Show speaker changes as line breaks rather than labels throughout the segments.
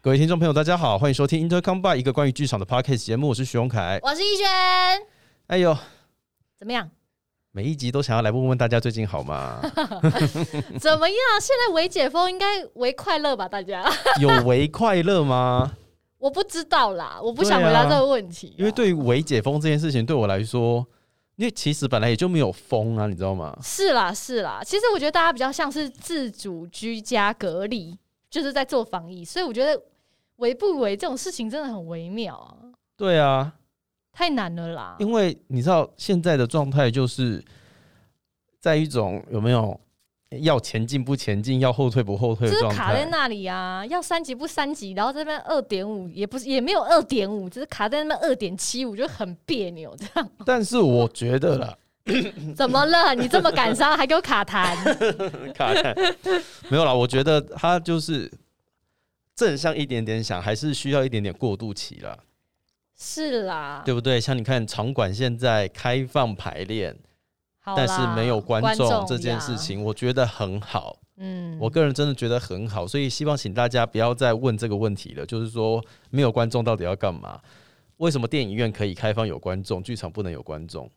各位听众朋友，大家好，欢迎收听 Intercom Bar 一个关于剧场的 podcast 节目，我是徐荣凯。
我是逸轩，
哎呦，
怎么样？
每一集都想要来问问大家最近好吗？
怎么样？现在为解封应该为快乐吧？大家，
有为快乐吗？
我不知道啦，我不
对啊
想回答这个问题啊、
因为对于为解封这件事情，对我来说，因为其实本来也就没有封啊，你知道吗？
是啦是啦，其实我觉得大家比较像是自主居家隔离，就是在做防疫，所以我觉得为不为这种事情真的很微妙啊，
对啊，
太难了啦。
因为你知道现在的状态就是在一种有没有要前进不前进，要后退不后退
就
的
是
状
卡在
态。
那里啊，要三级不三级，然后这边二点五也不是也没有二点五，只是卡在那边二点七五，就很别扭。这样
但是我觉得啦，
怎么了？你这么感伤，还给我卡痰？
卡在没有啦，我觉得他就是正向一点点想，还是需要一点点过渡期啦，
是啦，
对不对？像你看场馆现在开放排练，
好啦
但是没有观众这件事，
呀
情，我觉得很好。
嗯，
我个人真的觉得很好，所以希望请大家不要再问这个问题了，就是说没有观众到底要干嘛？为什么电影院可以开放有观众，剧场不能有观众？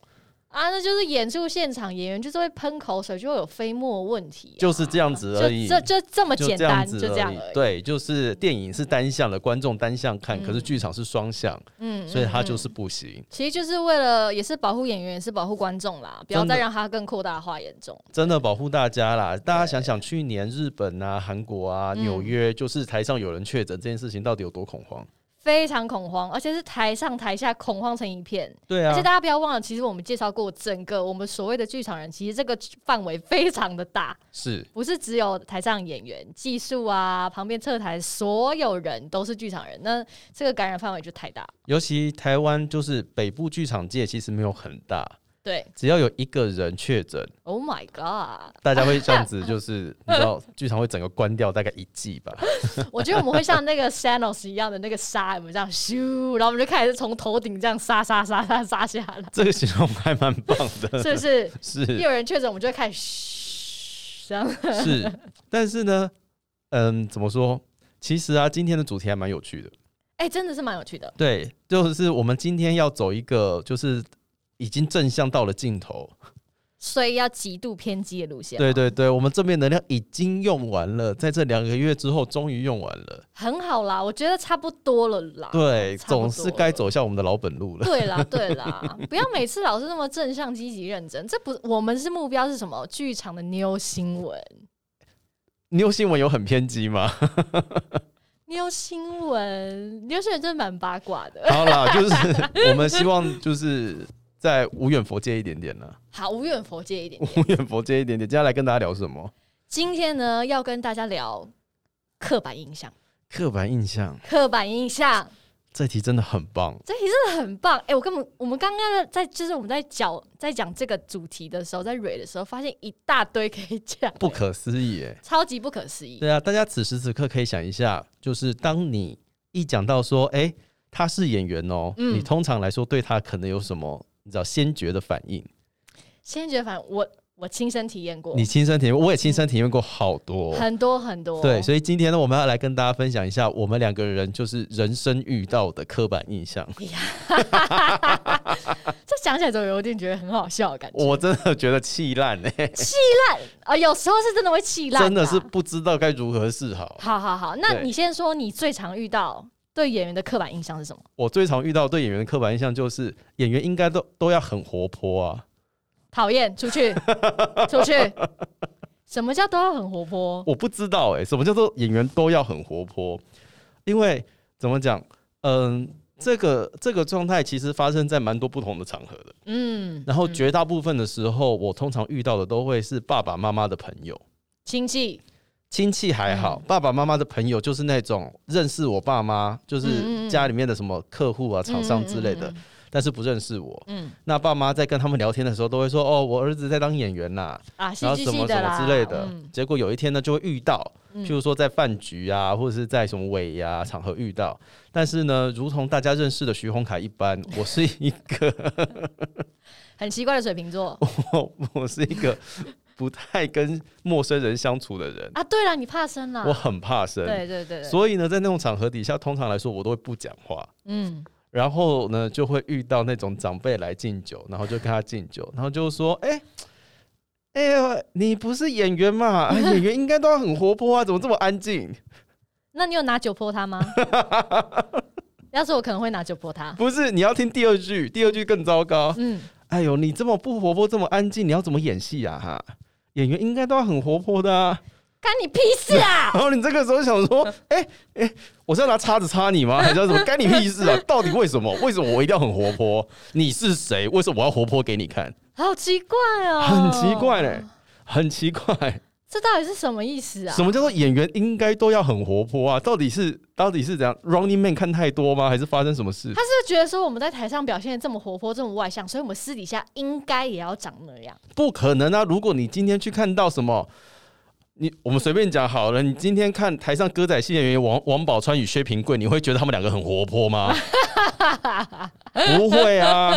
啊，那就是演出现场演员就是会喷口水，就会有飞沫问题、啊
就是这样子而已
就这就这 么
就
简
这
单，
样
就
子
这样
而
而
已。
已。
对，就是电影是单向的，观众单向看，
嗯
可是剧场是双向，
嗯
所以它就
嗯
是不行。
其实就是为了也是保护演员，也是保护观众啦，不要
真的
再让它更扩大化严重。
真的保护大家啦！大家想想，去年日本啊、韩国啊、
嗯
纽约，就是台上有人确诊这件事情，到底有多恐慌？
非常恐慌，而且是台上台下恐慌成一片。
对
而
啊
且，大家不要忘了，其实我们介绍过整个我们所谓的剧场人，其实这个范围非常的大。
是
不是只有台上演员、技术啊，旁边侧台所有人都是剧场人，那这个感染范围就太大。
尤其台湾就是北部剧场界其实没有很大，
对
只要有一个人确诊，
，Oh my god！
大家会这样子，就是 你知道，剧场会整个关掉大概一季吧。
我觉得我们会像那个 Sanos 一样的那个沙，我们这样咻，然后我们就开始从头顶这样杀杀杀杀杀下 来，
这个形容还蛮棒的，
是不是？
是
一有人确诊，我们就会开始嘘，这样。
是，但是呢，嗯，怎么说？其实啊，今天的主题还蛮有趣的。
哎、真的是蛮有趣的。
对，就是我们今天要走一个，就是已经正向到了尽头。
所以要极度偏激的路线，
对，对对，我们正面能量已经用完了，在这两个月之后，终于用完了。
很好啦，我觉得差不多了啦。
对，
啊差不
总
多
是该
了
走向我们的老本路了。
对啦，对啦，不要每次老是那么正向、积极、认真。这不，我们是目标是什么？剧场的妞新闻，
妞新闻有很偏激吗？
妞新闻，妞新闻真的蛮八卦的。
好啦，就是我们希望就是在无远佛界一点点啦，
好，无远佛界一点。
无远佛界一点点。接下来跟大家聊什么？
今天呢，要跟大家聊刻板印象。
刻板印象，
刻板印象
这题真的很棒。
这题真的很棒。哎、我根本我们刚刚在就是我们在讲在讲这个主题的时候，在蕊的时候，发现一大堆可以讲，
不可思议耶！
超级不可思议。
对啊，大家此时此刻可以想一下，就是当你一讲到说，哎、他是演员哦、
嗯
你通常来说对他可能有什么你知道先决的反应？
先觉得反正我我亲身体验过，
你亲身体验，我也亲身体验过好多。哦
很多很多。
对，所以今天呢，我们要来跟大家分享一下我们两个人就是人生遇到的刻板印象。
这想起来总有点觉得很好笑的感觉。
我真的觉得气烂 哎，
啊、有时候是真的会气烂、
真的是。不知道该如何是好。
好好好，那
对
你先说你最常遇到对演员的刻板印象是什么？
我最常遇到对演员的刻板印象就是，演员应该都都要很活泼啊。
讨厌，出 去，出去。什么叫都要很活 泼？
我不知道哎、什么叫做演员都要很活泼？因为怎么讲，嗯，这个这个状态其实发生在蛮多不同的场合的。
嗯，
然后
嗯
绝大部分的时候，我通常遇到的都会是爸爸妈妈的朋友。
亲戚，
亲戚还好，
嗯
爸爸妈妈的朋友就是那种认识我爸妈，就
嗯嗯
是
嗯
家里面的什么客户啊、厂商之类的
嗯，嗯
但是不认识我。
嗯嗯
那爸妈在跟他们聊天的时候，都会说：“哦，我儿子在当演员呐、
啊，戏
然后
剧
什
系
么什
的啦
么之类的。
嗯
结果有一天呢，就会遇到，
嗯
譬如说在饭局啊，或者是在什么尾呀、场合遇到。但是呢，如同大家认识的徐宏凯一般，我是一个， 哦
很奇怪的水瓶座，
我我是一个不太跟陌生人相处的人，
啊，对了，你怕生啦
我，很怕生。
嗯对对对对，
所以呢，在那种场合底下，通常来说我都会不讲话。
嗯，
然后呢，就会遇到那种长辈来敬酒，然后就跟他敬酒，然后就说：“哎、哎、呀，你不是演员嘛？啊演员应该都要很活泼啊，怎么这么安静？
那你有拿酒泼 他吗？要是我可能会拿酒泼他，
不是，你要听第二句，第二句更糟糕。
嗯，
哎呦，你这么不活泼，这么安静，你要怎么演戏啊？哈，演员应该都要很活泼的啊。
干你屁事啊！
然后你这个时候想 说，哎、哎、我是要拿叉子插你吗？还是要什么？干你屁事 啊！到底为什么？为什么我一定要很活泼？你是谁？为什么我要活泼给你看？
好奇怪哦，
很奇怪嘞、很奇怪。
这到底是什么意思啊？
什么叫做演员应该都要很活泼啊？到底是到底是怎样？Running Man 看太多吗？还是发生什么事
他？是不是觉得说我们在台上表现的这么活泼、这么外向，所以我们私底下应该也要长那样？
不可能啊！如果你今天去看到什么，你我们随便讲好了，你今天看台上歌仔戏演员王王宝钏与薛平贵，你会觉得他们两个很活泼 吗？不会啊，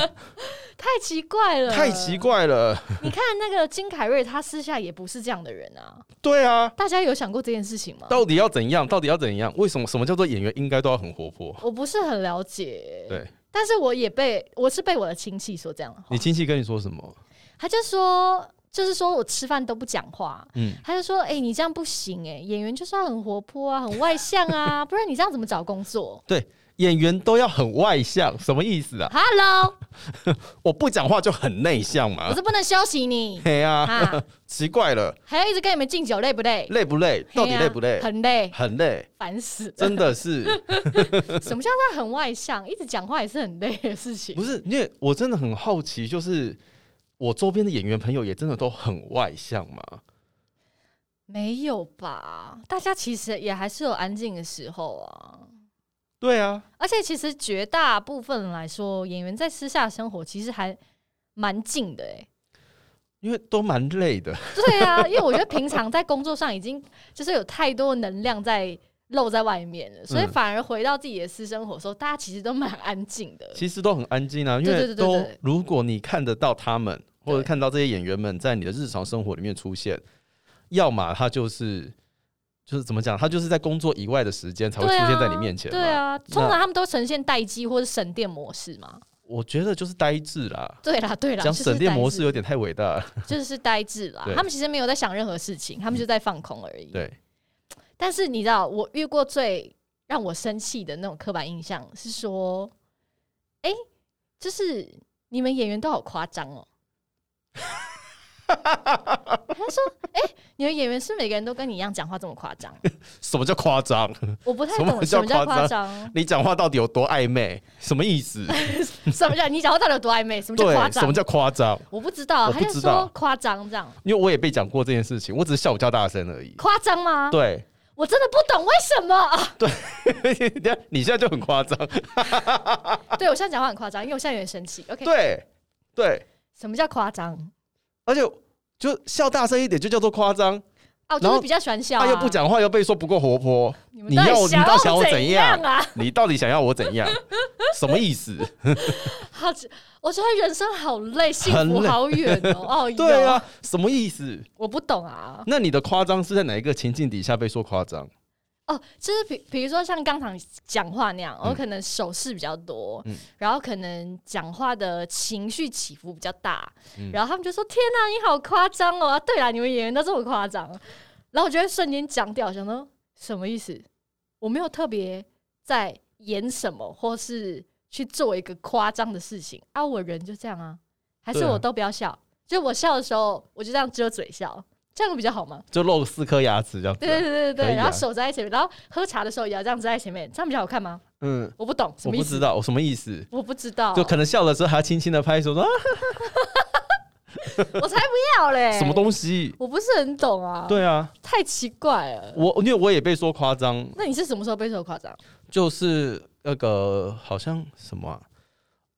太奇怪了，
太奇。怪了。
你看那个金凯瑞，他私下也不是这样的人啊。
对啊，
大家有想过这件事情吗？
到底要怎样？到底要怎样？为什么什么叫做演员应该都要很活泼？
我不是很了解，
对嗯
但是我也被我是被我的亲戚说这样的话
你，亲戚跟你说什么？
他就说。就是说我吃饭都不讲话，
嗯
他就说：“哎、你这样不行哎、演员就是要很活泼啊，很外向啊， 不然你这样怎么找 工作
对，演员都要很外向，什么意思啊？
？”Hello，
我不讲话就很内向嘛
我。是不能休息 你
嘿呀、
啊，
奇怪了，
还要一直跟你们敬酒，累不累？
累不累？ 到底
嘿啊
累不累？
很累，
很累，
烦死了。
真的是
什么叫他很外向？一直讲话也是很累的事情
不。是？因为我真的很好奇，就是我周边的演员朋友也真的都很外向嘛？
没有吧？大家其实也还是有安静的时候啊。
对啊，
而且其实绝大部分来说，演员在私下生活其实还蛮近的哎、
因为都蛮累 的。
对啊，因为我觉得平常在工作上已经就是有太多能量在露在外面了，所以
嗯
反而回到自己的私生活的时候，大家其实都蛮安静的。
其实都很安静啊，因
对
为
对对
都
对对
如果你看得到他们，或者
对
看到这些演员们在你的日常生活里面出现，要么他就是就是怎么讲，他就是在工作以外的时间才会出
对啊
现在你面前嘛。
对啊，
那
通常他们都呈现待机或者省电模式嘛。
我觉得就是呆滞啦，
对啦，对啦，
讲
就是
省电
呆
模
滞
式有点太伟大了。
就是呆滞啦
对。
他们其实没有在想任何事情，他们就在放空而已。
对，
但是你知道，我遇过最让我生气的那种刻板印象是说，哎、就是你们演员都好夸 张哦。他说：“哎、你们演员是每个人都跟你一样讲话这么夸张？
什么叫夸张？
我不太
什么
懂
叫
什么叫
夸
夸张，
你讲话到底有多暧昧？什么意思？
什么叫你讲话到底有多暧昧？什么叫夸
对，
张？
什么叫夸张？
我不知
我
道啊。
不
他就
知道
说夸张这样，
因为我也被讲过这件事情，我只是笑比较大声而已。
夸张吗？
对，
我真的不懂为什么。啊
你现在就很夸张。
对我现在讲话很夸张，因为我现在有点生气。OK，
对，对，
什么叫夸张？
而且就笑大声一点就叫做夸张，
啊，我
然
就
后
是比较喜欢笑、
他
啊。
又不，讲话又被说不够活泼，
你
你
们
要
底
你到底想要
要我
我
怎
怎样
啊？
你到底想要我怎 样？什么意思？
好，我觉得人生好累，幸
很
福
累
好远哦。哦，
对
有
啊，，什么意思？
我不懂啊。
那你的夸张是在哪一个情境底下被说夸张？
哦，就是比比如说像刚才讲话那样，我可能手势比较多，
嗯
然后可能讲话的情绪起伏比较大，
嗯
然后他们就说：“天哪、你好夸张哦！”啊，对啦，你们演员都这么夸张。然后我就会瞬间讲掉，想说什么意思？我没有特别在演什么，或是去做一个夸张的事情啊，我人就这样啊，还是
对啊
我都不要笑，就我笑的时候我就这样遮嘴笑，这样比较好吗？
就露四颗牙齿这样子
对
啊？
对对对
可以
对，
啊
然后手在前面，然后喝茶的时候也要这样子在前面，这样比较好看吗？
嗯，
我不懂什
我不
么意
知
思，哦
道我什么意思。
我不知道，
就可能笑的时候还要轻轻的拍手说、啊、
我才不要嘞，
什么东西？
我不是很懂啊，，
对啊，
太奇怪了。
我因为我也被说夸张，
那你是什么时候被受夸张？
就是那个呃好像什么、啊，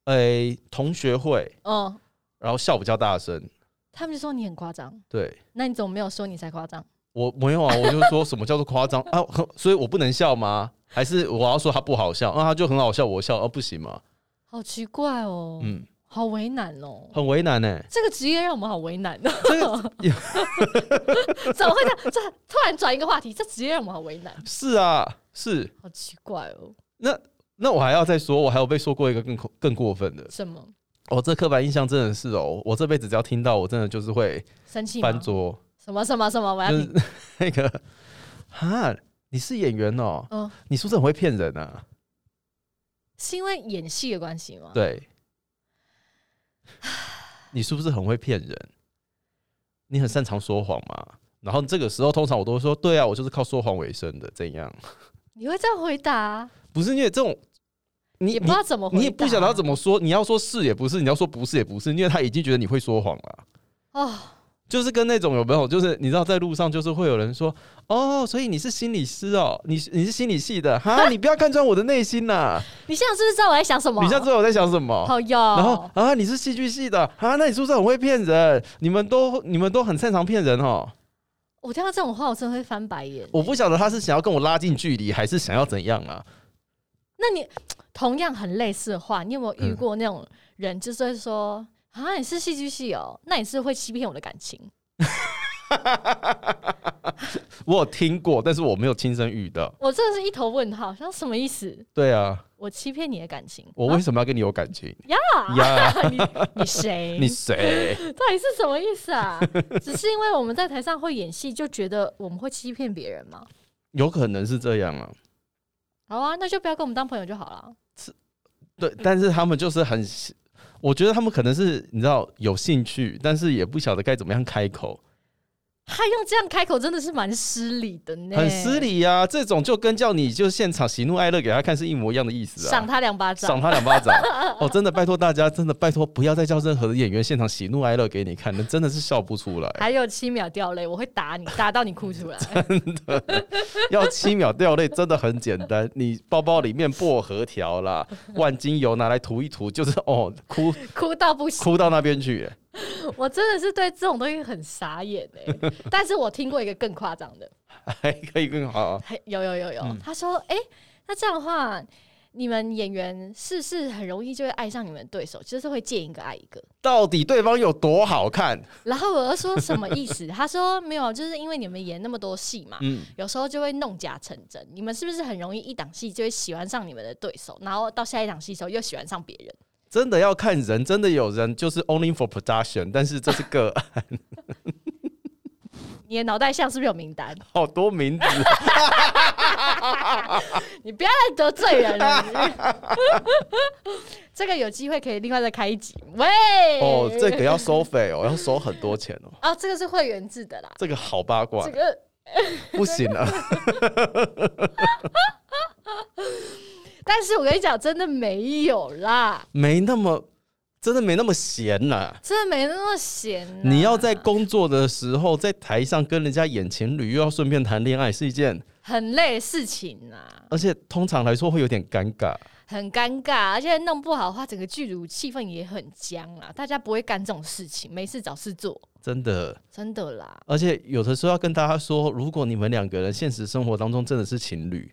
哎、同学会，
嗯，
然后笑比较大声。
他们就说你很夸张，
对
那你怎么没有说你才夸张？
我没有啊，我就说什么叫做夸张啊？ 呵所以我不能笑吗？还是我要说他不好笑？那、他就很好笑，我笑啊不行吗？
好奇怪哦，
嗯，
好为难哦。
很为难呢、欸
这个职业让我们好为难哦，
这个
怎么会这样？这突然转一个话题，这职业让我们好为难，
是啊，是。
好奇怪哦。
那那我还要再说，我还有被说过一个更恐更过分的。
什么
哦，这刻板印象真的是哦，我这辈子只要听到，我真的就是会
生气吗？
翻桌，
什么什么什么？哦我要
就
听
是 那个哈，你是演员哦，
嗯
你是不是很会骗人啊？
是因为演戏的关系吗？
对， 你是不是很会骗人？你很擅长说谎嘛？然后这个时候，通常我都会说，对啊，我就是靠说谎为生的，怎样？
你会这样回答，
不是因为这种，你
也不
你
知道怎么回答，
你也不想要怎么说，你要说是也不是，你要说不是也不是，因为他已经觉得你会说谎了。
哦，
就是跟那种有没有，就是你知道在路上就是会有人说，哦，所以你是心理师哦，你是你是心理系的哈，你不要看穿我的内心呐、
你现在是不是知道我在想什么？哦
你现在知道我在想什么？
好哟，
然后啊，你是戏剧系的啊，那你是不是很会骗人？你们都你们都很擅长骗人哦。
我听到这种话，我真的会翻白眼。
我不晓得他是想要跟我拉近距离，还是想要怎样啊？
那你同样很类似的话，你有没有遇
嗯
过那种人，就是会说、啊，你是戏剧系哦，那你是会欺骗我的感情？
我有听过，但是我没有亲身遇到。
我真的是一头问号，想什么意思？
对啊，
我欺骗你的感情？
我为什么要跟你有感情
啊呀，
呀？
你你谁？
你谁？
到底是什么意 思啊？只是因为我们在台上会演戏，就觉得我们会欺骗别人嘛。
有可能是这样啊。
好啊，那就不要跟我们当朋友就好了。
对，但是他们就是很，我觉得他们可能是你知道有兴趣，但是也不晓得该怎么样开口，
他用这样开口，真的是蛮失礼的呢，
很失，礼呀、啊。这种就跟叫你就现场喜怒哀乐给他看是一模一样的意思
赏
啊。
他两巴掌
赏。他两巴 掌！哦，真的拜托大家，真的拜托不要再叫任何的演员现场喜怒哀乐给你看，那真的是笑不出来。
还有七秒掉泪，我会打你，打到你 哭出来。
要七秒掉泪真的很简单，你包包里面薄荷条啦、万金油拿来涂一涂，就是哦，哭
哭到不行。
哭到那边去。
我真的是对这种东西很傻眼哎、但是我听过一个更夸张的，
还可以更好啊，
还有有有有，
嗯
他说：“哎、那这样的话，你们演员是不是很容易就会爱上你们的对手，就是会见一个爱一个。”
到底对方有多好看？
然后我又说什么意思？他说：“没有，就是因为你们演那么多戏嘛。”
嗯，
有时候就会弄假成真，你们是不是很容易一档戏就会喜欢上你们的对手，然后到下一档戏的时候又喜欢上别人？
真的要看人，真的有人就是 only for production，但是这是 个
你的脑袋像是不是有名单？
好多名字，
你不要再得罪人了。 这个有机会可以另外再开一集。喂，
哦，
哎
这个要收费哦，要收很多钱哦，
哦，这个是会员制的啦。
这个好八卦
这，个
不行啊，
但是我跟你讲，真的没有啦，
没那么，真的没那么闲呐、
真的没那么闲啊。
你要在工作的时候，在台上跟人家演情侣，又要顺便谈恋爱，是一件，
很累的事情啊，
而且通常来说会有点尴尬。
很尴尬，而且弄不好的话，整个剧组气氛也很僵啊。大家不会干这种事情，没事找事做，
真的，
真的啦。
而且有的时候要跟大家说，如果你们两个人现实生活当中真的是情侣，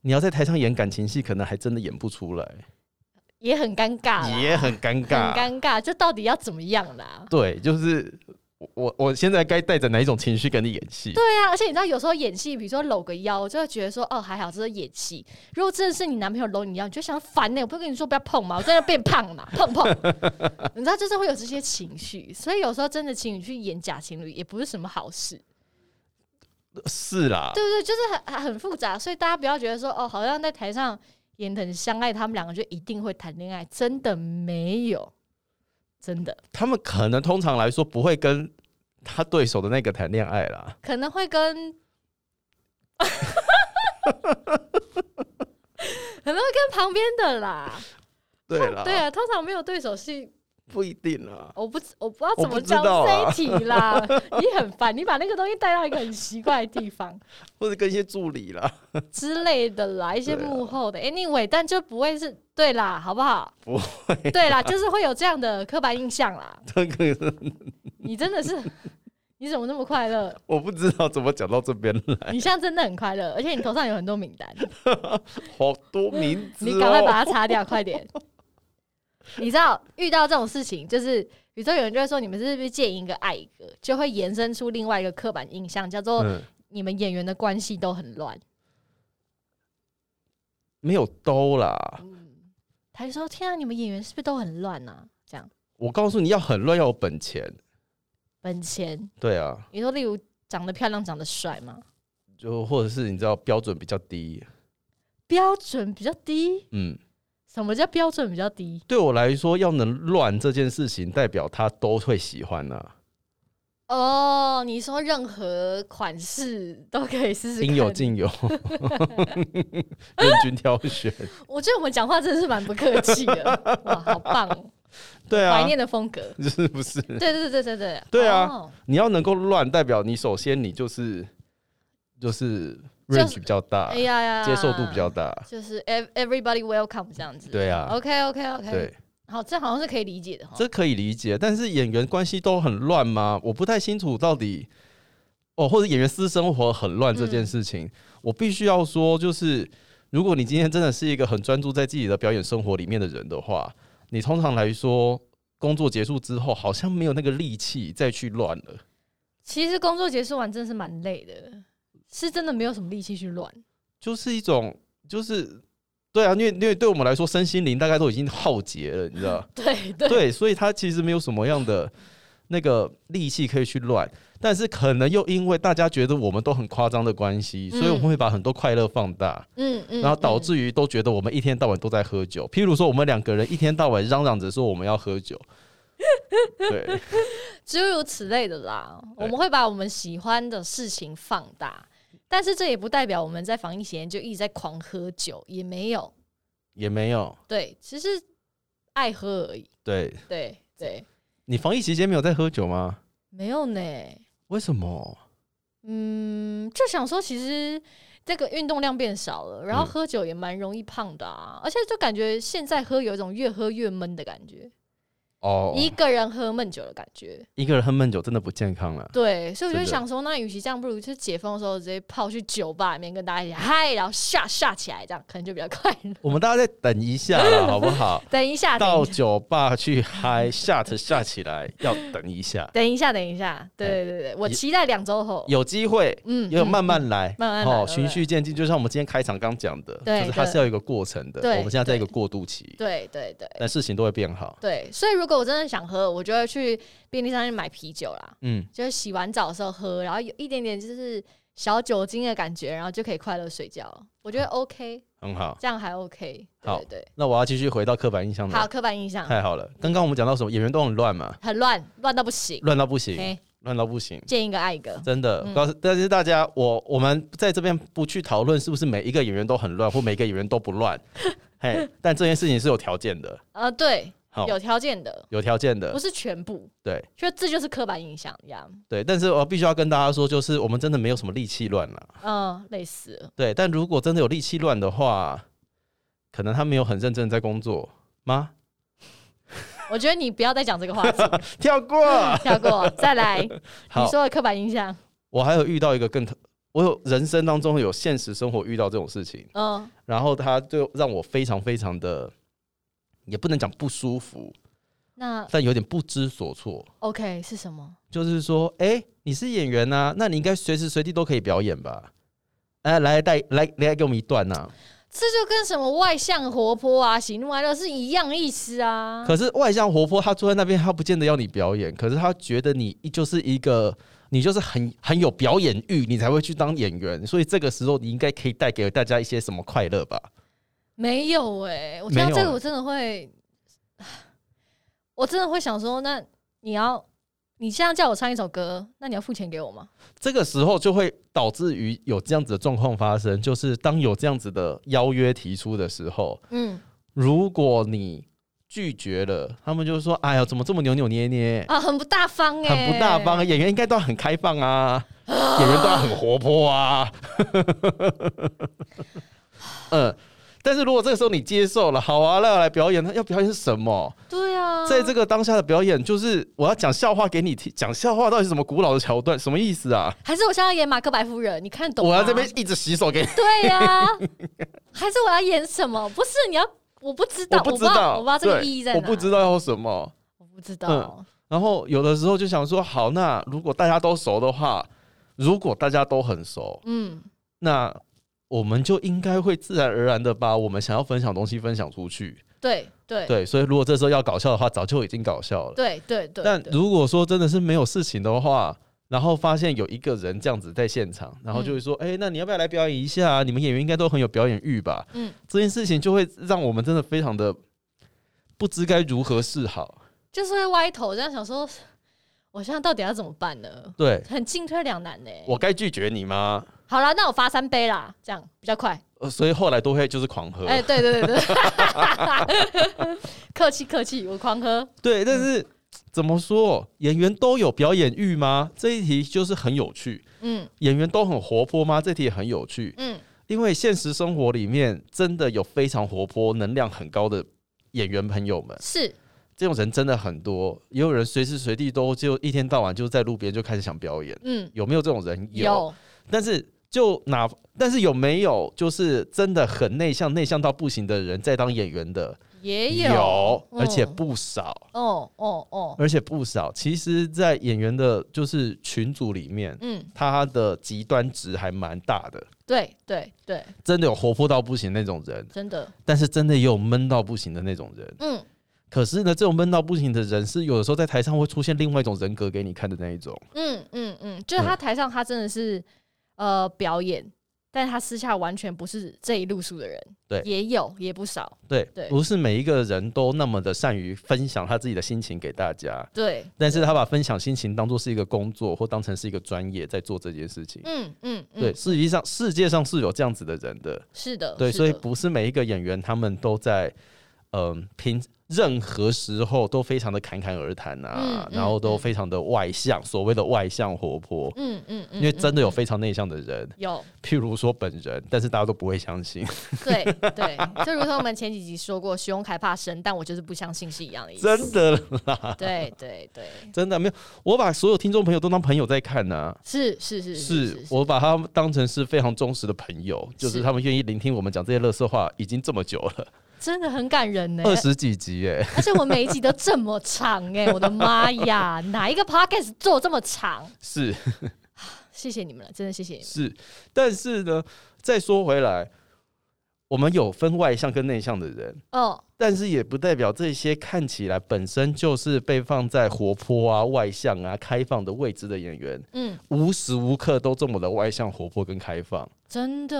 你要在台上演感情戏，可能还真的演不出来。
也很尴尬啦，
也很尴
很
尬。
尴尬，就到底要怎么样啦？
对，就是我我我现在该带着哪一种情绪跟你演戏？
对啊，而且你知道，有时候演戏，比如说搂个腰，我就会觉得说，哦，还好，这是演戏。如果真的是你男朋友搂你腰，你就想烦呢、我不是跟你说不要碰嘛，我真的变胖 嘛，碰碰。你知道，就是会有这些情绪，所以有时候真的情侣去演假情侣也不是什么好事，
是啦，
对不对？就是很很复杂，所以大家不要觉得说，哦，好像在台上演得很相爱，他们两个就一定会谈恋爱，真的没有，真的
他们可能通常来说不会跟他对手的那个谈恋爱啦。
可能会跟。可能会跟旁边的啦，
对啦，
对，啊，通常没有对手戏，
不一定啦。
我不知我不知道
我
怎
不
么
知
讲
道
这
啊
一题啦。 你很烦，你把那个东西带到一个很奇怪的 地方
或者跟一些助理啦，
之类的啦，一些
对啊
幕后的。Anyway，但就不会是对啦，好 不好？
不
会，对啦，就是会有这样的刻板印象啦。
这个
你真的是，你怎么那么快乐？
我不知道怎么讲到这边来，
你现在真的很快乐，而且你头上有很多名单，
好多名字、哦。
你赶快把它擦掉，快点。你知道遇到这种事情，就是比如说有人就会说你们是不是见一个爱一个，就会延伸出另外一个刻板印象，叫做
嗯，
你们演员的关系都很乱。
没有兜啦。
嗯，他就说：“天啊，你们演员是不是都很乱啊？”这样
我告诉你要很乱，要有本钱。
本钱，
对啊，
你说例如长得漂亮、长得帅嘛，
就或者是你知道标准比较低。
标准比较低。
嗯，
什么叫标准比较低？
对我来说，要能乱这件事情，代表他都会喜欢啊，
哦，你说任何款式都可以试试看，
应有 尽有， 任君挑选。
我觉得我们讲话真的是蛮不客气 的，哇，好棒、哦，
对
怀
啊，
念的风 格。
是不是？
对对对对对
对啊
哦
你要能够乱，代表你首先你就是就是
就是
range 比较大
哎，呀呀，
接受度比较大。
就是 ev- everybody welcome 这样子。
对啊，
OK 哦 OK OK，
对，
好，这好像是可以理解的哈。
这可以理解。但是演员关系都很乱吗？我不太清楚到底哦，或者演员私生活很乱这件事
嗯
情，我必须要说，就是如果你今天真的是一个很专注在自己的表演生活里面的人的话，你通常来说。工作结束之后，好像没有那个力气再去乱了。
其实工作结束完真的是蛮累的，是真的没有什么力气去乱。
就是一种，就是对啊，因为因为对我们来说，身心灵大概都已经耗竭了，你知 道？
对对
对，所以他其实没有什么样的那个力气可以去乱，但是可能又因为大家觉得我们都很夸张的关系，所以我们会把很多快乐放大，
嗯嗯，
然后导致于都觉得我们一天到晚都在喝酒。譬如说，我们两个人一天到晚嚷嚷着说我们要喝 酒，对，
嗯诸如此类的啦。
对
我们会把我们喜欢的事情放大，但是这也不代表我们在防疫期间就一直在狂喝酒，也没有。
也没有。
对，只是爱喝而已。
对
对对，
你防疫期间没有在喝酒吗？
没有呢。
为什么？
嗯，就想说，其实这个运动量变少了，然后
嗯
喝酒也蛮容易胖的啊，而且就感觉现在喝有一种越喝越闷的感觉，
哦，
一个人喝闷酒的感觉。
一个人喝闷酒真的不健康了。
对，所以我就
真的
想说，那与其这样，不如就解封的时候直接泡去酒吧里面跟大家一起嗨，然后吓吓起来，这样可能就比较快乐。？
我们大家再等一下啦，好不好
等一下，等
到
一下
酒吧去嗨，shut 下起来，要等一下，
等一下，等一下，对对对对，我期待两周后，
哎有机会
嗯，
也有
嗯
慢慢来，
慢慢来慢慢
哦，循序渐进，就像我们今天开场刚讲的，
对
就是它
对
是要有一个过程的。
对
我们现在在一个
对
过渡期，
对对对
但事情都会变好。
对，所以如果我真的想喝，我就会去便利商店买啤酒啦。
嗯，
就是洗完澡的时候喝，然后有一点点就是小酒精的感觉，然后就可以快乐睡觉了。我觉得 OK，
很好。
这样还 OK。
好
对对
那我要继续回到刻板印象
对，好，
了。
刻板印象
太好了，刚刚我们讲到什么？演员都很乱嘛，
很乱，乱到不行。
乱到不行，
哎，
乱到不行。
见一个爱一个。
真的，
嗯
告诉但是大家，我我们在这边不去讨论是不是每一个演员都很乱，或每一个演员都不 乱，嘿，但这件事情是有条件的，
呃，对，
好，
有条件的，
有条件的
不，是全部。
对
就这就是刻板印象呀。
对。但是我必须要跟大家说，就是我们真的没有什么力气乱了，
嗯，类似了
对。但如果真的有力气乱的话，可能他没有很认真地在工作吗？
我觉得你不要再讲这个话题，
跳过。
跳 过，再来。嗯你
好，
说的刻板印象，
我还有遇到一个更特，我有人生当中有现实生活遇到这种事情，
嗯，
然后他就让我非常非常的，也不能讲不舒服，
那
但有点不知所措。
OK 是什么？
就是说，哎、你是演员呐、那你应该随时随地都可以表演吧？哎、来带来来给我们一段呐、啊
这就跟什么外向、活泼啊、喜怒哀乐是一样意思啊。
可是外向活泼，他坐在那边，他不见得要你表演，可是他觉得你就是一个，你就是很很有表演欲，你才会去当演员。所以这个时候，你应该可以带给大家一些什么快乐吧？
没有哎、我听
没
到
有
这个
啊
我真的会，我真的会想说，那你要你现在叫我唱一首歌，那你要付钱给我吗？
这个时候就会导致于有这样子的状况发生，就是当有这样子的邀约提出的时候，
嗯
如果你拒绝了，他们就说：“哎呀，怎么这么扭扭捏捏？”
啊，很不大方哎、
很不大方，。啊演员应该都要很开放啊，演员都要很活泼啊。 嗯，但是如果这个时候你接受了，好啊，那要来表演，那要表演什么？
对啊，
在这个当下的表演，就是我要讲笑话给你听，讲笑话到底是什么古老的桥段，什么意思啊？
还是我想要演马克白夫人，你看得懂吗？啊
我要这边一直洗手给你，
对呀、还是我要演什么？不是你要我不知道，
我不知
知道，
道，
我不知道这个
对
意义在哪，
我不知，道要什么。
我不知道，
然后有的时候就想说，好，那如果大家都熟的话，如果大家都很熟，
嗯，
那我们就应该会自然而然的把我们想要分享的东西分享出去。
对对
对，所以如果这时候要搞笑的话，早就已经搞笑了。
对对对，
但
对
如果说真的是没有事情的话，然后发现有一个人这样子在现场，然后就会说：“哎、那你要不要来表演一下、啊？你们演员应该都很有表演欲吧？”
嗯，
这件事情就会让我们真的非常的不知该如何是好。
就是会歪头，这样想说，我现在到底要怎么办呢？
对
很进退两难呢、
我该拒绝你吗？
好啦，那我罚三杯啦，这样比较快。
呃所以后来都会就是狂喝。
哎、对对对对， 客气客气，我狂喝。
对，但
嗯
是、怎么说，演员都有表演欲吗？这一题就是很有趣。
嗯
演员都很活泼吗？这题也很有趣。
嗯，
因为现实生活里面真的有非常活泼、能量很高的演员朋友们，
是
这种人真的很多。也有人随时随地都就一天到晚就在路边就开始想表演，
嗯
有没有这种人？但是就哪，但是有没有就是真的很内向、内向到不行的人在当演员的？
也
而且
嗯
不少，
哦哦哦，
而且不少。其实，在演员的就是群组里面，
嗯，
他的极端值还蛮大的，
对对对，
真的有活泼到不行那种人。
真的，
但是真的也有闷到不行的那种人。
嗯，
可是呢，这种闷到不行的人，是有的时候在台上会出现另外一种人格给你看的那一种。
嗯嗯嗯，就是他台上他真的是、呃表演，但他私下完全不是这一路数的人，
对
也有也不少，
对，
对
不是每一个人都那么的善于分享他自己的心情给大家，
对，
但是他把分享心情当做是一个工作，或当成是一个专业在做这件事情。
嗯嗯嗯，
对，，实际上世界上是有这样子的人的。
是的，
对，
是
所以
的
不是每一个演员他们都在，嗯、平任何时候都非常的侃侃而谈啊，
嗯嗯
然后都
嗯
非常的外向，所谓的外向活泼。
嗯嗯嗯，
因为真的有
嗯
非常内向的人，
有，
譬如说本人，但是大家都不会相信，
对对，就如同我们前几集说过，徐荣凯怕生，但我就是不相信是一样的意思，
真的
对对对，
真的没有。我把所有听众朋友都当朋友在看呢、
是是是
是
是
我把他们当成是非常忠实的朋友，就是
是
他们愿意聆听我们讲这些乐色话，已经这么久了，
真的很感人呢、
二十几集耶，
而且我每一集都这么长哎、我的妈呀，哪一个 podcast 做这么长？
是
谢谢你们了，真的谢谢你们。
是。但是呢，再说回来，我们有分外向跟内向的人，
哦，
但是也不代表这些看起来本身就是被放在活泼啊、外向啊、开放的位置的演员，
嗯，
无时无刻都这么的外向、活泼跟开放。
真的，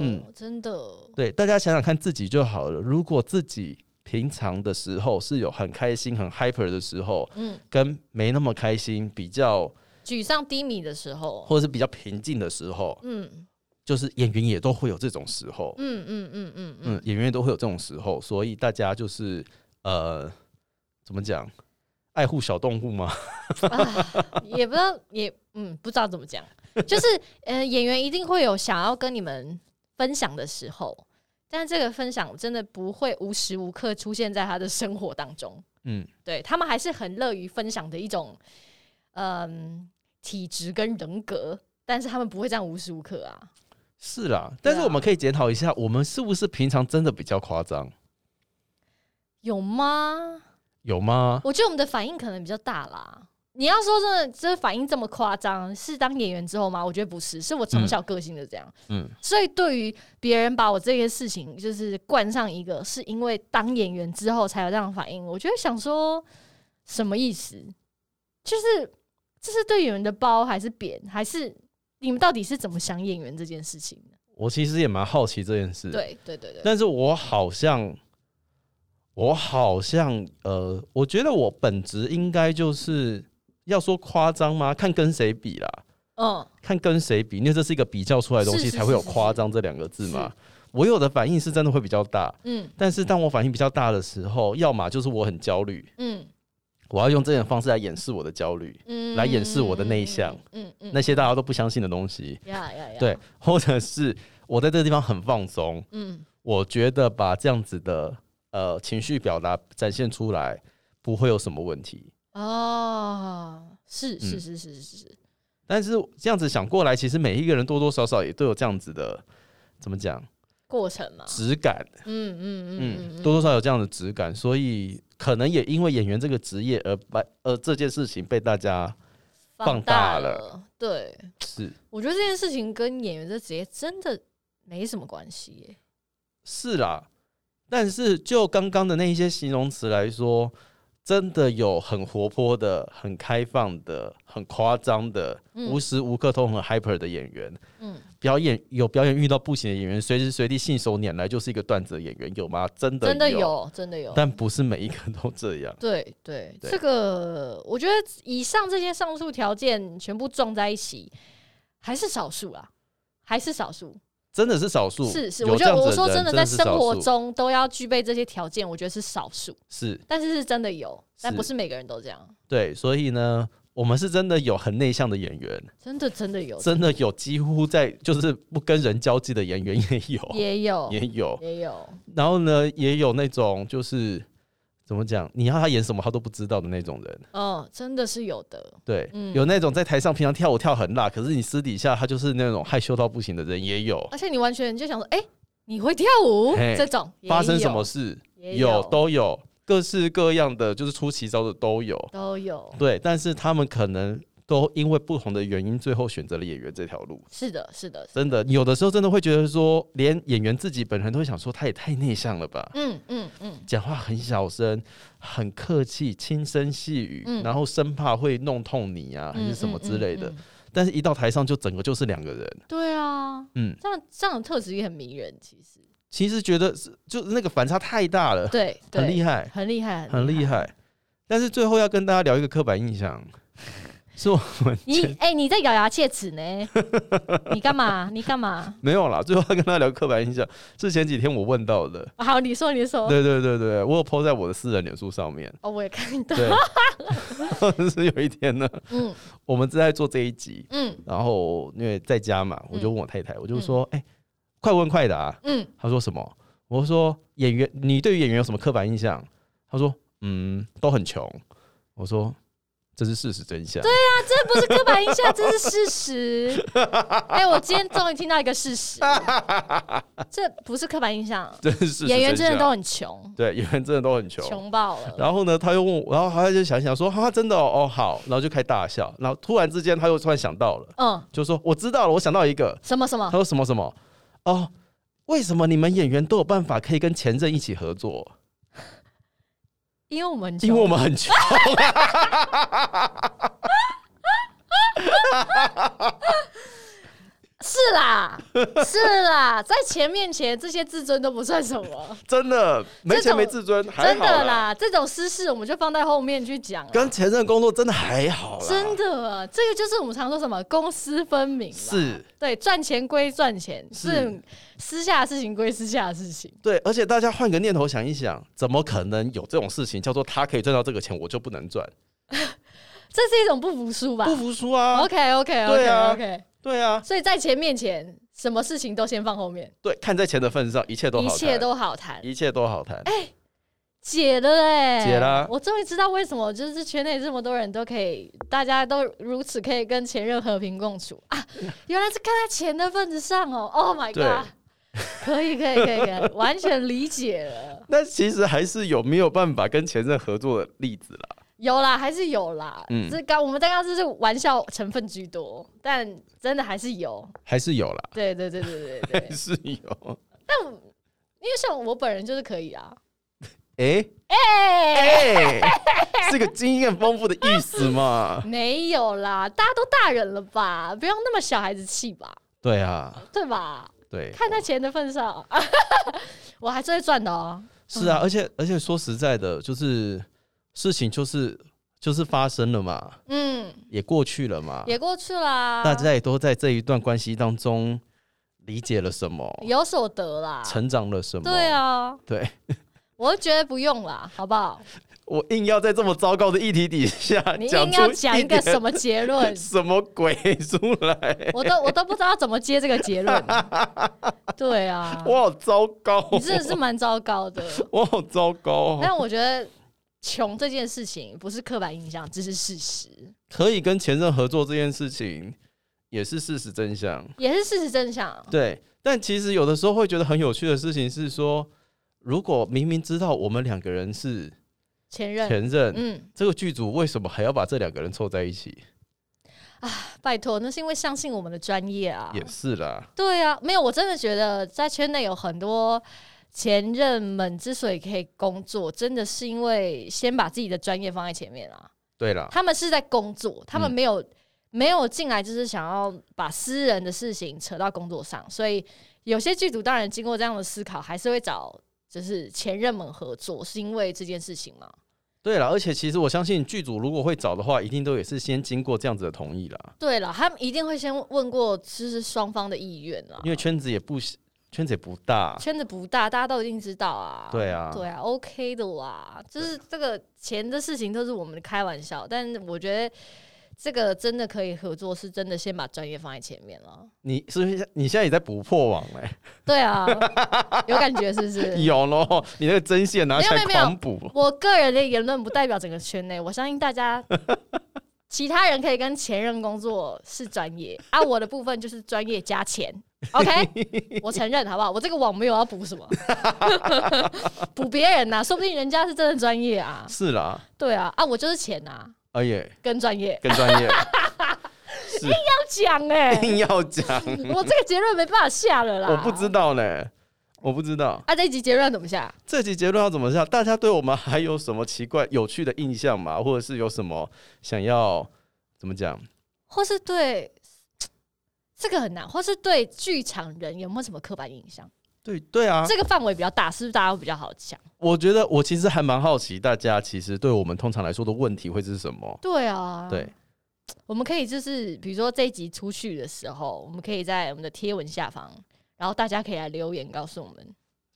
嗯
真的，
对，大家想想看自己就好了。如果自己平常的时候是有很开心、很 hyper 的时候，
嗯，
跟没那么开心、比较
沮丧低迷的时候，
或者是比较平静的时候，
嗯
就是演员也都会有这种时候。
嗯嗯嗯嗯嗯，
嗯，演员也都会有这种时候，所以大家就是呃，怎么讲？爱护小动物吗？
啊 也不知道，也嗯，不知道怎么讲，就是呃，演员一定会有想要跟你们分享的时候，但这个分享真的不会无时无刻出现在他的生活当中。
嗯，
对他们还是很乐于分享的一种，嗯，体质跟人格，但是他们不会这样无时无刻啊。
是啦。但是我们可以检讨一下，我们是不是平常真的比较夸张？
有吗？
有吗？
我觉得我们的反应可能比较大啦。你要说真的，这反应这么夸张，是当演员之后吗？我觉得不是，是我从小个性就这样。
嗯，
所以对于别人把我这些事情就是冠上一个是因为当演员之后才有这样的反应，我就会想说什么意思？就是这是对演员的褒还是贬，还是你们到底是怎么想演员这件事情的？
我其实也蛮好奇这件事。
对对对对，
但是我好像，我好像，呃，我觉得我本质应该就是要说夸张吗？看跟谁比啦，
嗯，
看跟谁比，因为这是一个比较出来的东西，
是是
才会有
是是
夸张这两个字嘛。我有的反应是真的会比较大，
嗯
但是当我反应比较大的时候，要么就是我很焦虑，
嗯
我要用这种方式来掩饰我的焦虑，
嗯，
来掩饰我的内向，
嗯嗯，
那些大家都不相信的东西，
呀呀呀，
对，，或者是我在这个地方很放松，
嗯
我觉得把这样子的呃情绪表达展现出来，不会有什么问题。
哦，是是
嗯
是是是是，
但是这样子想过来，其实每一个人多多少少也都有这样子的，怎么讲？
过程嘛。
质感，
嗯嗯啊嗯
嗯，
嗯，
多多少少有这样的质感，所以可能也因为演员这个职业而把呃这件事情被大家放大了
了。对，
是
我觉得这件事情跟演员这职业真的没什么关系耶。
是啦，但是就刚刚的那一些形容词来说，真的有很活泼的、很开放的、很夸张的，
嗯
无时无刻都很 hyper 的演员。
嗯，
表演有表演遇到不行的演员，随时随地信手拈来就是一个段子的演员，有吗？真的
真的，有，真的有。
但不是每一个都这样。
对对，
对
这个我觉得以上这些上述条件全部撞在一起，还是少数啊，还是少数。
真的是少数，
是是，
有
我觉得
这样
我
子
说
人
真的，
的
在
是
生
少
活
数
中都要具备这些条件，我觉得是少数，
是
但是是真的有，但
是
不是每个人都这样，
对，所以呢，我们是真的有很内向的演员，
真的真的有，
真的有几乎在就是不跟人交际的演员也有，
也有
也有。
哦也有，
然后呢，也有那种就是怎么讲，你要他演什么他都不知道的那种人。
嗯，真的是有的，
对，
嗯
有那种在台上平常跳舞跳很辣，可是你私底下他就是那种害羞到不行的人，也有。
而且你完全就想说，哎、你会跳舞
嘿
这种也
发生什
有
么事
也有
都有，各式各样的就是出奇招的都有。
都有，
对，但是他们可能都因为不同的原因，最后选择了演员这条路。
是的，是的，
真的，有的时候真的会觉得说，连演员自己本人都会想说，他也太内向了吧，
嗯嗯嗯，
讲话很小声，很客气，轻声细语，
嗯
然后生怕会弄痛你啊，还
嗯
是什么之类的。
嗯嗯嗯
但是，一到台上就整个就是两个人。
对啊，
嗯，
这样这样的特质也很迷人，其实，
其实觉得是就是那个反差太大了，
对，
很厉
害，
害。
很厉害，
很厉。害。但是最后要跟大家聊一个刻板印象， 是我们
你哎、你在咬牙切齿呢？你干嘛？你干嘛？
没有啦。最后要跟大家聊刻板印象，是前几天我问到的。
好，你说，你说。
对对对对，我有 po 在我的私人脸书上 面。
哦，我也看到。
对， 是有一天呢，
嗯
我们正在做这一集，
嗯
然后因为在家嘛，我就问我太太，我就说：“哎、快问快答。啊
嗯，”
她说什么？我说：“演员，你对于演员有什么刻板印象？”她说：“嗯，都很穷。”我说：“这是事实真相。”
这不是刻板印象，这是事 实。哎、我今天终于听到一个事实，这不是刻板印象，
这是事实
演员真的
相
都很穷，
对，演员真的都很穷。
穷爆了。
然后呢，他又问我，然后他就想一想说，哈、真的哦，哦好，然后就开大笑。然后突然之间，他又突然想到了，
嗯，
就说我知道了，我想到一个。
什么什
他
么？
说什么什么？哦，为什么你们演员都有办法可以跟前任一起合作？
因为我们很穷
因为我们很穷。
是啦 是啦，在钱面前这些自尊都不算什么，
真的没
这
钱
种
没自尊， 还
真
好
的。啦。这种私事我们就放在后面去讲啦。
跟前任工作真的还好啦，
真的啊，这个就是我们常说什么公私分明嘛，
是
对，赚钱归赚钱，
是
是私下的事情归私下的事情，
对。而且大家换个念头想一想，怎么可能有这种事情叫做他可以赚到这个钱，我就不能赚？
这是一种不服输吧
不服输啊！
？OK OK
对
OK
啊
OK，
对啊，
所以在钱面前，什么事情都先放后面，
对，看在钱的份上，一切都好
一
谈，
切都好谈。
一切都好谈。
解了哎、
解啦
我终于知道为什么就是圈内这么多人都可以，大家都如此可以跟前任和平共处 啊！原来是看在钱的份子上哦！Oh my
对
god！可以可以可以可以，完全理解了。
那其实还是有没有办法跟前任合作的例子啦。
有啦，还是有啦。
嗯
这刚我们刚刚这是玩笑成分居多，但真的还是有。
还是有啦，
对对对对对对
还。是有。
因为像我本人就是可以啊。
哎
哎、
哎，是个经验丰富的意思嘛？
没有啦，大家都大人了吧，不用那么小孩子气吧，
对啊，
对吧？
对，
看在钱的份上， 我还是会赚的哦。
是啊，而且而且说实在的，就是事情就是就是发生了嘛，
嗯，
也过去了嘛，
也过去啦，
大家也都在这一段关系当中理解了什么，
有所得啦。
成长了什么。
对，啊，
对。
我觉得不用啦，好不好？
我硬要在这么糟糕的议题底下
你
讲
硬
出
要讲一个
点？
什么啊结 论
什么鬼出来，
我都我都不知道怎么接这个 结论。对啊，
我好糟糕哦、
你真的是蛮糟糕 的。
我好糟糕哦、
但我觉得穷这件事情不是刻板印象，这是事实。
可以跟前任合作这件事情，也是事实真相。
也是事实真相。
对，但其实有的时候会觉得很有趣的事情是说，如果明明知道我们两个人是
前任，
前任，
嗯，
这个剧组为什么还要把这两个人凑在一起？
拜托，那是因为相信我们的专业啊。
也是啦，
对啊，没有，我真的觉得在圈内有很多前任们之所以可以工作，真的是因为先把自己的专业放在前面啊。
对啦，
他们是在工作，他们
嗯
没有、没有进来就是想要把私人的事情扯到工作上，所以有些剧组当然经过这样的思考，还是会找就是前任们合作，是因为这件事情嘛？
对啦，而且其实我相信剧组如果会找的话，一定都也是先经过这样子的同意啦，
对了，他们一定会先问过就是双方的意愿啦，
因为圈子也不圈子也不大，
啊圈子不大，大家都一定知道啊。
对啊
对啊，OK 的啦。就是这个钱的事情都是我们开玩笑，但我觉得这个真的可以合作，是真的先把专业放在前面了。
你是不是你现在也在补破网嘞、
对啊，有感觉是不是？
有咯，你那个针线拿起
没
来
有没有没有
狂补，
我个人的言论不代表整个圈内，我相信大家。 其他人可以跟前任工作是专业啊，我的部分就是专业加钱。OK，我承认好不好？我这个网没有要补什么，补别人呐、说不定人家是真的专业啊。
是啦，
对啊，啊，我就是钱呐、
哎耶，
跟专业
更专 业，是
要讲哎、
硬要讲，
我这个结论没办法下了啦。
我不知道呢，我不知道
啊，这一集结论怎么下？
这集结论要怎么下。大家对我们还有什么奇怪、有趣的印象吗？或者是有什么想要怎么讲？
或是对这个很难，或是对剧场人有没有什么刻板印象？
对对啊，
这个范围比较大，是不是大家会比较好讲？
我觉得我其实还蛮好奇，大家其实对我们通常来说的问题会是什么？
对啊，
对，
我们可以就是比如说这一集出去的时候，我们可以在我们的贴文下方，然后大家可以来留言告诉我们，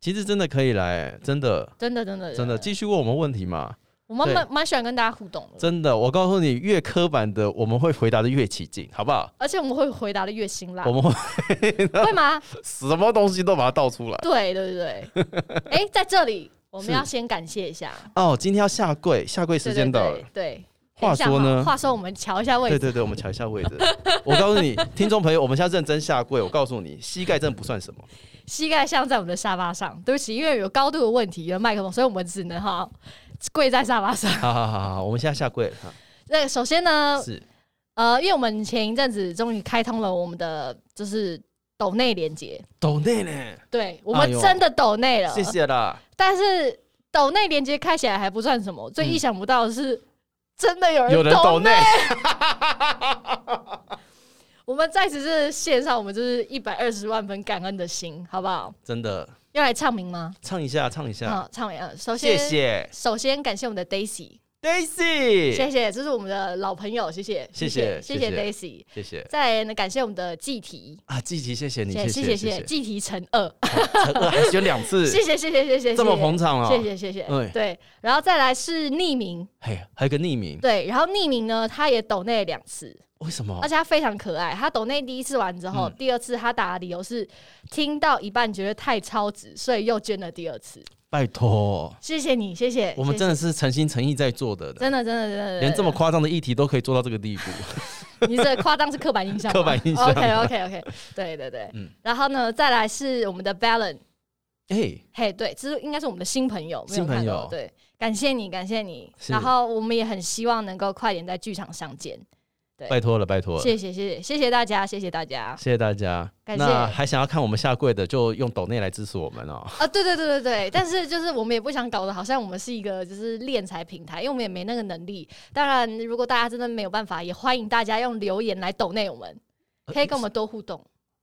其实真的可以来，真的
真的真的
真的继续问我们问题嘛？
我们
对
蛮蛮喜欢跟大家互动的，
真的，我告诉你，越刻板的我们会回答的越起劲，好不好？
而且我们会回答的越辛辣
我，们会
会吗？
什么东西都把它倒出来。
对对对对，哎，在这里我们
是
要先感谢一下，
哦，今天要下跪，下跪时
对
间
对
到了。
对对。
话
等一
说
下
呢
哈话说我们瞧一下位
对
置，
对对，我们瞧一下位置。 我告诉你，听众朋友，我们现在认真下跪。我告诉你，膝盖真的不算什 么。
膝盖像在我们的沙发上。对不起，因为有高度的问题，有麦克风，所以我们只能哈跪在沙发上。
好好好好，我们现在下跪了。哈
那首先呢，
是
呃，因为我们前一阵子终于开通了我们的就是抖内连接，
抖内呢，
对我
哎
们
呦
真的抖内了，
谢谢啦。
但是抖内连接开起来还不算什么，最
嗯
意想不到的是、真的有人
有人
抖
抖内，
我们在此是献上我们就是一百二十万分感恩的心，好不好？
真的
要来唱名吗？
唱一下，唱一下。
好，唱名啊。首
谢
先，
谢
首先感谢我们的 Daisy。谢
Daisy，
谢，这是我们的老朋友，谢谢，
谢
谢，
谢
谢
谢
谢
谢
Daisy。
谢谢
再来呢，感谢我们的季题，
啊，季琦，谢谢你，
谢
谢
谢，谢
谢
谢，
谢，
季题乘二，
陈二还选两次，
谢谢，谢谢，谢谢，
这么捧场
谢
哦。
谢，谢谢，
哎
啊对，然后再来是匿名，
嘿，还有一个匿名，
对，然后匿名呢，他也抖内两次，
为什么
而？且他非常可爱，他抖内第一次完之后，
哦嗯
第二次他打的理由是听到一半觉得太超值，所以又捐了第二次，
拜托，
谢谢你，谢谢，
我们
谢谢
真的是诚心诚意在做的，
真的真的真的真的，
连这么夸张的议题都可以做到这个 地步。
你这夸张是刻板印象 吗，
刻板印象
OK OK OK，对对对，
嗯
然后呢，再来是我们的 Valen，
哎，
嘿，对，这是应该是我们的新朋友，没有
新朋
看到
友
对，感谢你，感谢你。
是
然后我们也很希望能够快点在剧场上见，
拜托了，拜托了。
谢谢谢谢谢谢大家，谢谢大家。
谢谢大家。
感谢
那还想要看我们下跪的，就用抖内来支持我们哦。
啊，对对对对对，但是就是我们也不想搞得好像我们是一个就是敛财平台，因为我们也没那个能力。当然，如果大家真的没有办法，也欢迎大家用留言来抖内我们，可以跟我们多互动。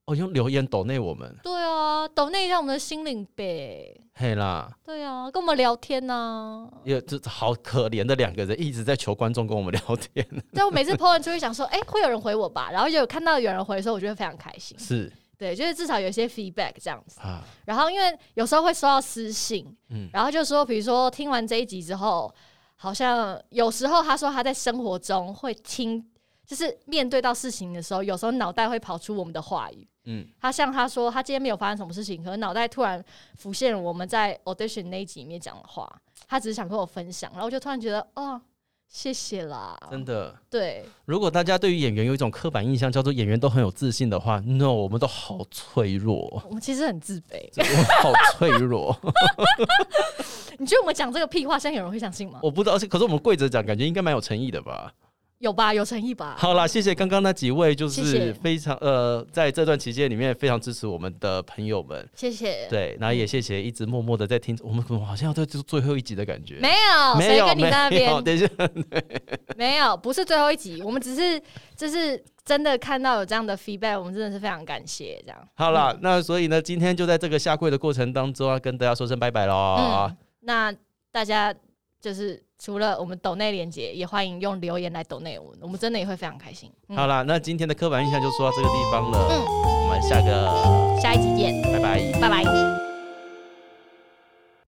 哦，用留言抖内我们，
对啊，抖内一下我们的心灵呗。
嘿啦，
对啊，跟我们聊天呐、
也这好可怜的两个人一直在求观众跟我们聊天，
对，我每次 po 文就会想说，哎、会有人回我吧？然后有看到有人回的时候，我就会非常开心。
是
对，就是至少有一些 feedback 这样子。
啊，
然后因为有时候会收到私信，
嗯
然后就说，比如说听完这一集之后，好像有时候他说他在生活中会听，就是面对到事情的时候，有时候脑袋会跑出我们的话语。
嗯，
他像他说，他今天没有发生什么事情，可是脑袋突然浮现我们在 audition 那一集里面讲的话，他只是想跟我分享，然后我就突然觉得，哦，谢谢啦。
真的。
对，
如果大家对于演员有一种刻板印象，叫做演员都很有自信的话，no，我们都好脆弱，
我们其实很自卑。
我们好脆 弱。
你觉得我们讲这个屁话，现在有人会相信吗？
我不知道，可是我们跪着讲，感觉应该蛮有诚意的吧？
有吧，有诚意吧？
好啦，谢谢刚刚那几位，就
谢谢
是非常呃，在这段期间里面非常支持我们的朋友们。
谢谢。
对，然后也谢谢一直默默的在听，我们我们好像要在做最后一集的感觉。
没有，
没
谁
有，
跟你
没
在那边
有，？等一下，
没有，不是最后一集，我们只是就是真的看到有这样的 feedback，我们真的是非常感谢这样。
好啦，那所以呢，今天就在这个下跪的过程当中，要啊跟大家说声拜拜喽。
嗯，那大家就是除了我们抖内连接，也欢迎用留言来抖内我们，我们真的也会非常开心。嗯，
好啦，那今天的刻板印象就说到这个地方了，
嗯
我们下个
下一集见，
拜拜。
拜拜。